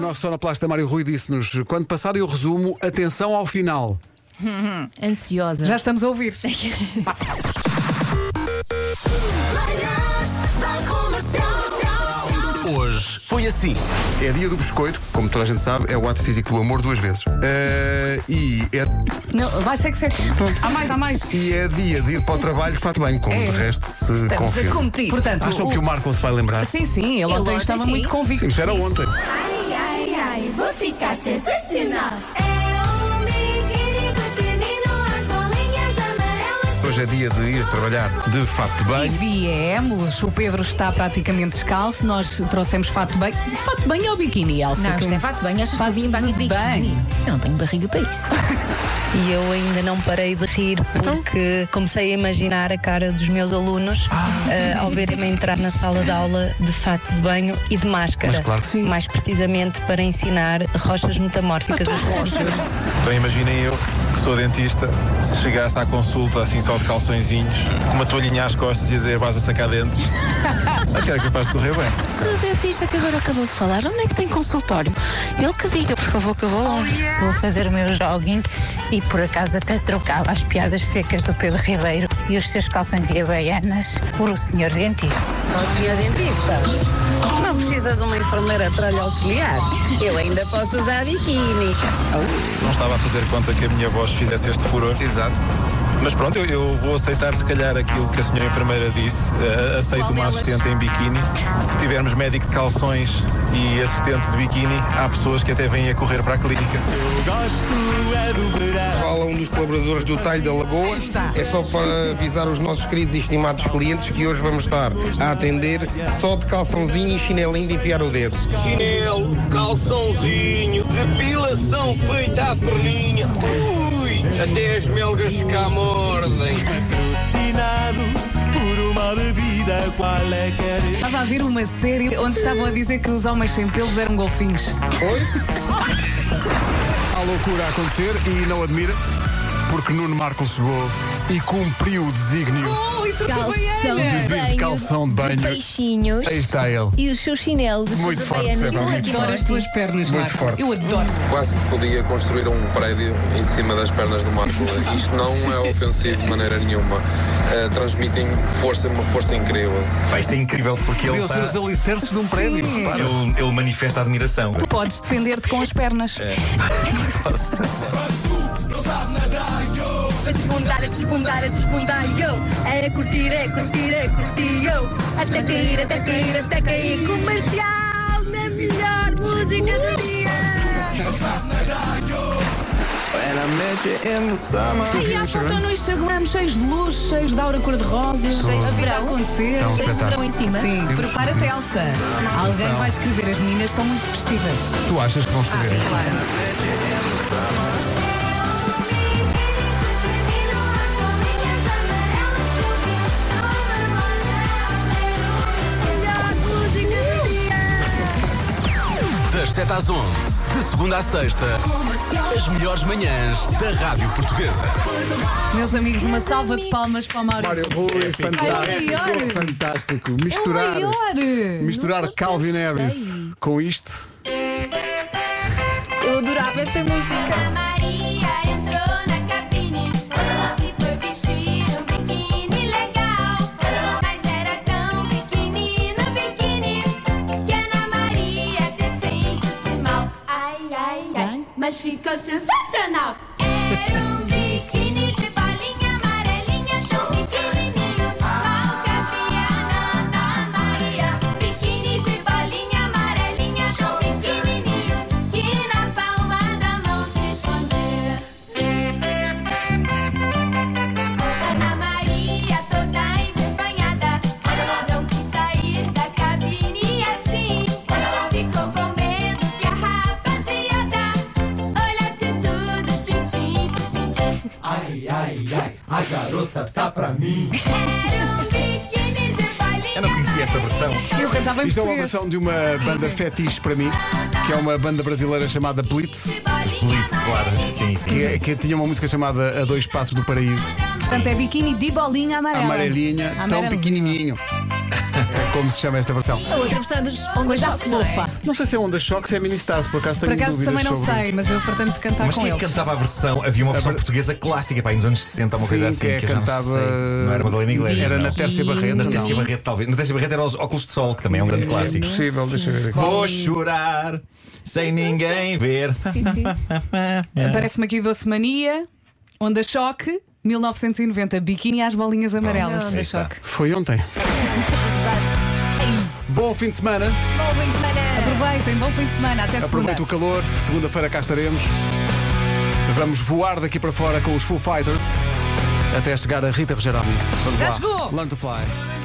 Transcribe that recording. nosso sonoplasta Mário Rui disse-nos: quando passar eu resumo, atenção ao final. Ansiosa. Já estamos a ouvir. Manhãs da Comercial. Hoje foi assim. É dia do biscoito, como toda a gente sabe, é o ato físico do amor duas vezes. Eh, e, é, Não, vai ser que segue. Pronto. Há mais, há mais. e é dia de ir para o trabalho de fato bem, como de resto se É. Estamos a confirma. cumprir. Portanto, Acham que o Marco se vai lembrar? Sim, sim, ele Ele ontem ontem, estava sim. muito convicto. Isso era disso. ontem. Ai, ai, ai, vou ficar sensacional. É um biquíni pequenino, as bolinhas amarelas. Hoje é dia de ir trabalhar de fato E bem. viemos, o Pedro está praticamente descalço, nós trouxemos fato bem. Fato bem ou biquíni, Elsa? Não, Que- isto é fato bem. Achas que eu vim Fato fazer de biquíni? bem. Eu não tenho barriga para isso. Ah, E eu ainda não parei de rir Então? porque comecei a imaginar a cara dos meus alunos Ah. eh, ao verem-me entrar na sala de aula de fato de banho e de máscara. Mas claro que sim. Mais precisamente para ensinar rochas metamórficas. Então imaginem eu, que sou dentista, se chegasse à consulta assim só de calçõezinhos, com uma toalhinha às costas e a dizer vais a sacar dentes, acho que era capaz de correr bem. Se o dentista que agora acabou de falar, onde é que tem consultório? Ele que diga, por favor, que eu vou lá. Oh, Estou a fazer o meu jogging e por acaso até trocava as piadas secas do Pedro Ribeiro e os seus calções e baianas por o senhor dentista. Ó, senhor dentista, não precisa de uma enfermeira para lhe auxiliar. Eu ainda posso usar biquíni. Não estava a fazer conta que a minha voz fizesse este furor. Exato. Mas pronto, eu, eu vou aceitar se calhar aquilo que a senhora enfermeira disse. Eh, aceito uma assistente em biquíni. Se tivermos médico de calções e assistente de biquíni, há pessoas que até vêm a correr para a clínica. fala um dos colaboradores do Talho da Lagoa. É só para avisar os nossos queridos e estimados clientes que hoje vamos estar a atender só de calçãozinho e chinelinho de enfiar o dedo. chinelo, calçãozinho, depilação feita à perninha. Ui, até as melgas cá mordem. Estava a ver uma série onde estavam a dizer que os homens sem pelos eram golfinhos. Há loucura a acontecer e não admira, porque Nuno Marco chegou e cumpriu o desígnio. Calção De de banho. calção de banho. peixinhos. Aí está ele. E os seus chinelos. os Muito seus forte, havaianos, sempre tudo alguém. aqui Adoro as forte. tuas pernas, Muito Marco. forte. Eu adoro-te. Quase que podia Construir um prédio em cima das pernas do Marco. Isto não é ofensivo de maneira nenhuma. Eh, transmitem força, uma força incrível. Pá, isto é incrível, porque ele, Deus, tá- os alicerces de um prédio. repara. ele, ele manifesta admiração. Tu podes defender-te com as pernas. A desbundar, a desbundar, a desbundar, eu. É curtir, é curtir, é curtir, eu. Até cair, até cair, até cair. Comercial na melhor música do dia. E há foto no Instagram cheios de luz, cheios de aura cor-de-rosa, cheios de vir a acontecer. Cheios de verão em cima. Sim, prepara-te, Elsa. Alguém vai escrever, as meninas estão muito vestidas. Tu achas que vão escrever? Ah, Menino, as bolinhas amarelas. é Das 7 às 11, de segunda à sexta, as melhores manhãs da Rádio Portuguesa. Meus amigos, uma salva de palmas para o Mário Maurício. Rui, fantástico, É o maior. É fantástico. É o Misturar, maior! misturar Nunca Calvin pensei. Harris com isto. Eu adorava essa música. A Maria entrou na cabine e foi vestir um biquíni legal. Mas era tão pequenina, biquíni, que a Ana Maria até sentiu-se mal. Ai, ai, ai, mas ficou sensacional. Era um biquíni de bolinha amarelinha, tão pequenininho. Mal cabia na Ana Maria. Biquíni de bolinha amarelinha, tão pequenininho, que na palma da mão se escondeu. Ana Maria toda envergonhada Não quis sair da cabine e assim Ficou com medo que a rapaziada Olhasse tudo tintim por tintim Ai, ai, ai, a garota tá pra mim Era um biquíni de bolinha Eu não conhecia esta versão. Eu cantava em Isto é uma português. versão de uma banda fetiche para mim, que é uma banda brasileira chamada Blitz, De bolinha Blitz, claro. Sim, sim. que, é, que tinha uma música chamada A Dois Passos do Paraíso, Portanto, é biquíni de bolinha amarela. amarelinha, tão Amarela. pequenininho. como se chama esta versão. A outra versão é dos ondas choque, não é? Não sei se é Onda Choque, se é Ministars, por acaso Por tenho acaso dúvidas também não sobre... sei, mas eu fartando de cantar Mas com quem é que eles. cantava a versão? Havia uma versão ver- portuguesa clássica, pá, aí nos anos 60, uma Sim, coisa assim. que é, eu já não cantava- sei. Não era Madalena Iglesias. Era não. na Tércia Barreto, Na não? Tércia Barreto, talvez. Na Tércia Barreto era os óculos de sol, que também é um grande clássico. possível, deixa eu ver aqui. Vou chorar sem ninguém ver. Aparece-me aqui Doce Mania, Onda Choque, 1990, biquíni às bolinhas amarelas. Onda Choque. Foi ontem. Bom fim de semana. Bom fim de semana. Aproveitem, bom fim de semana, até segunda. Aproveita o calor. Segunda-feira cá estaremos. Vamos voar daqui para fora com os Foo Fighters até chegar a Rita Rogeroni. Vamos Já lá. chegou! Learn to fly.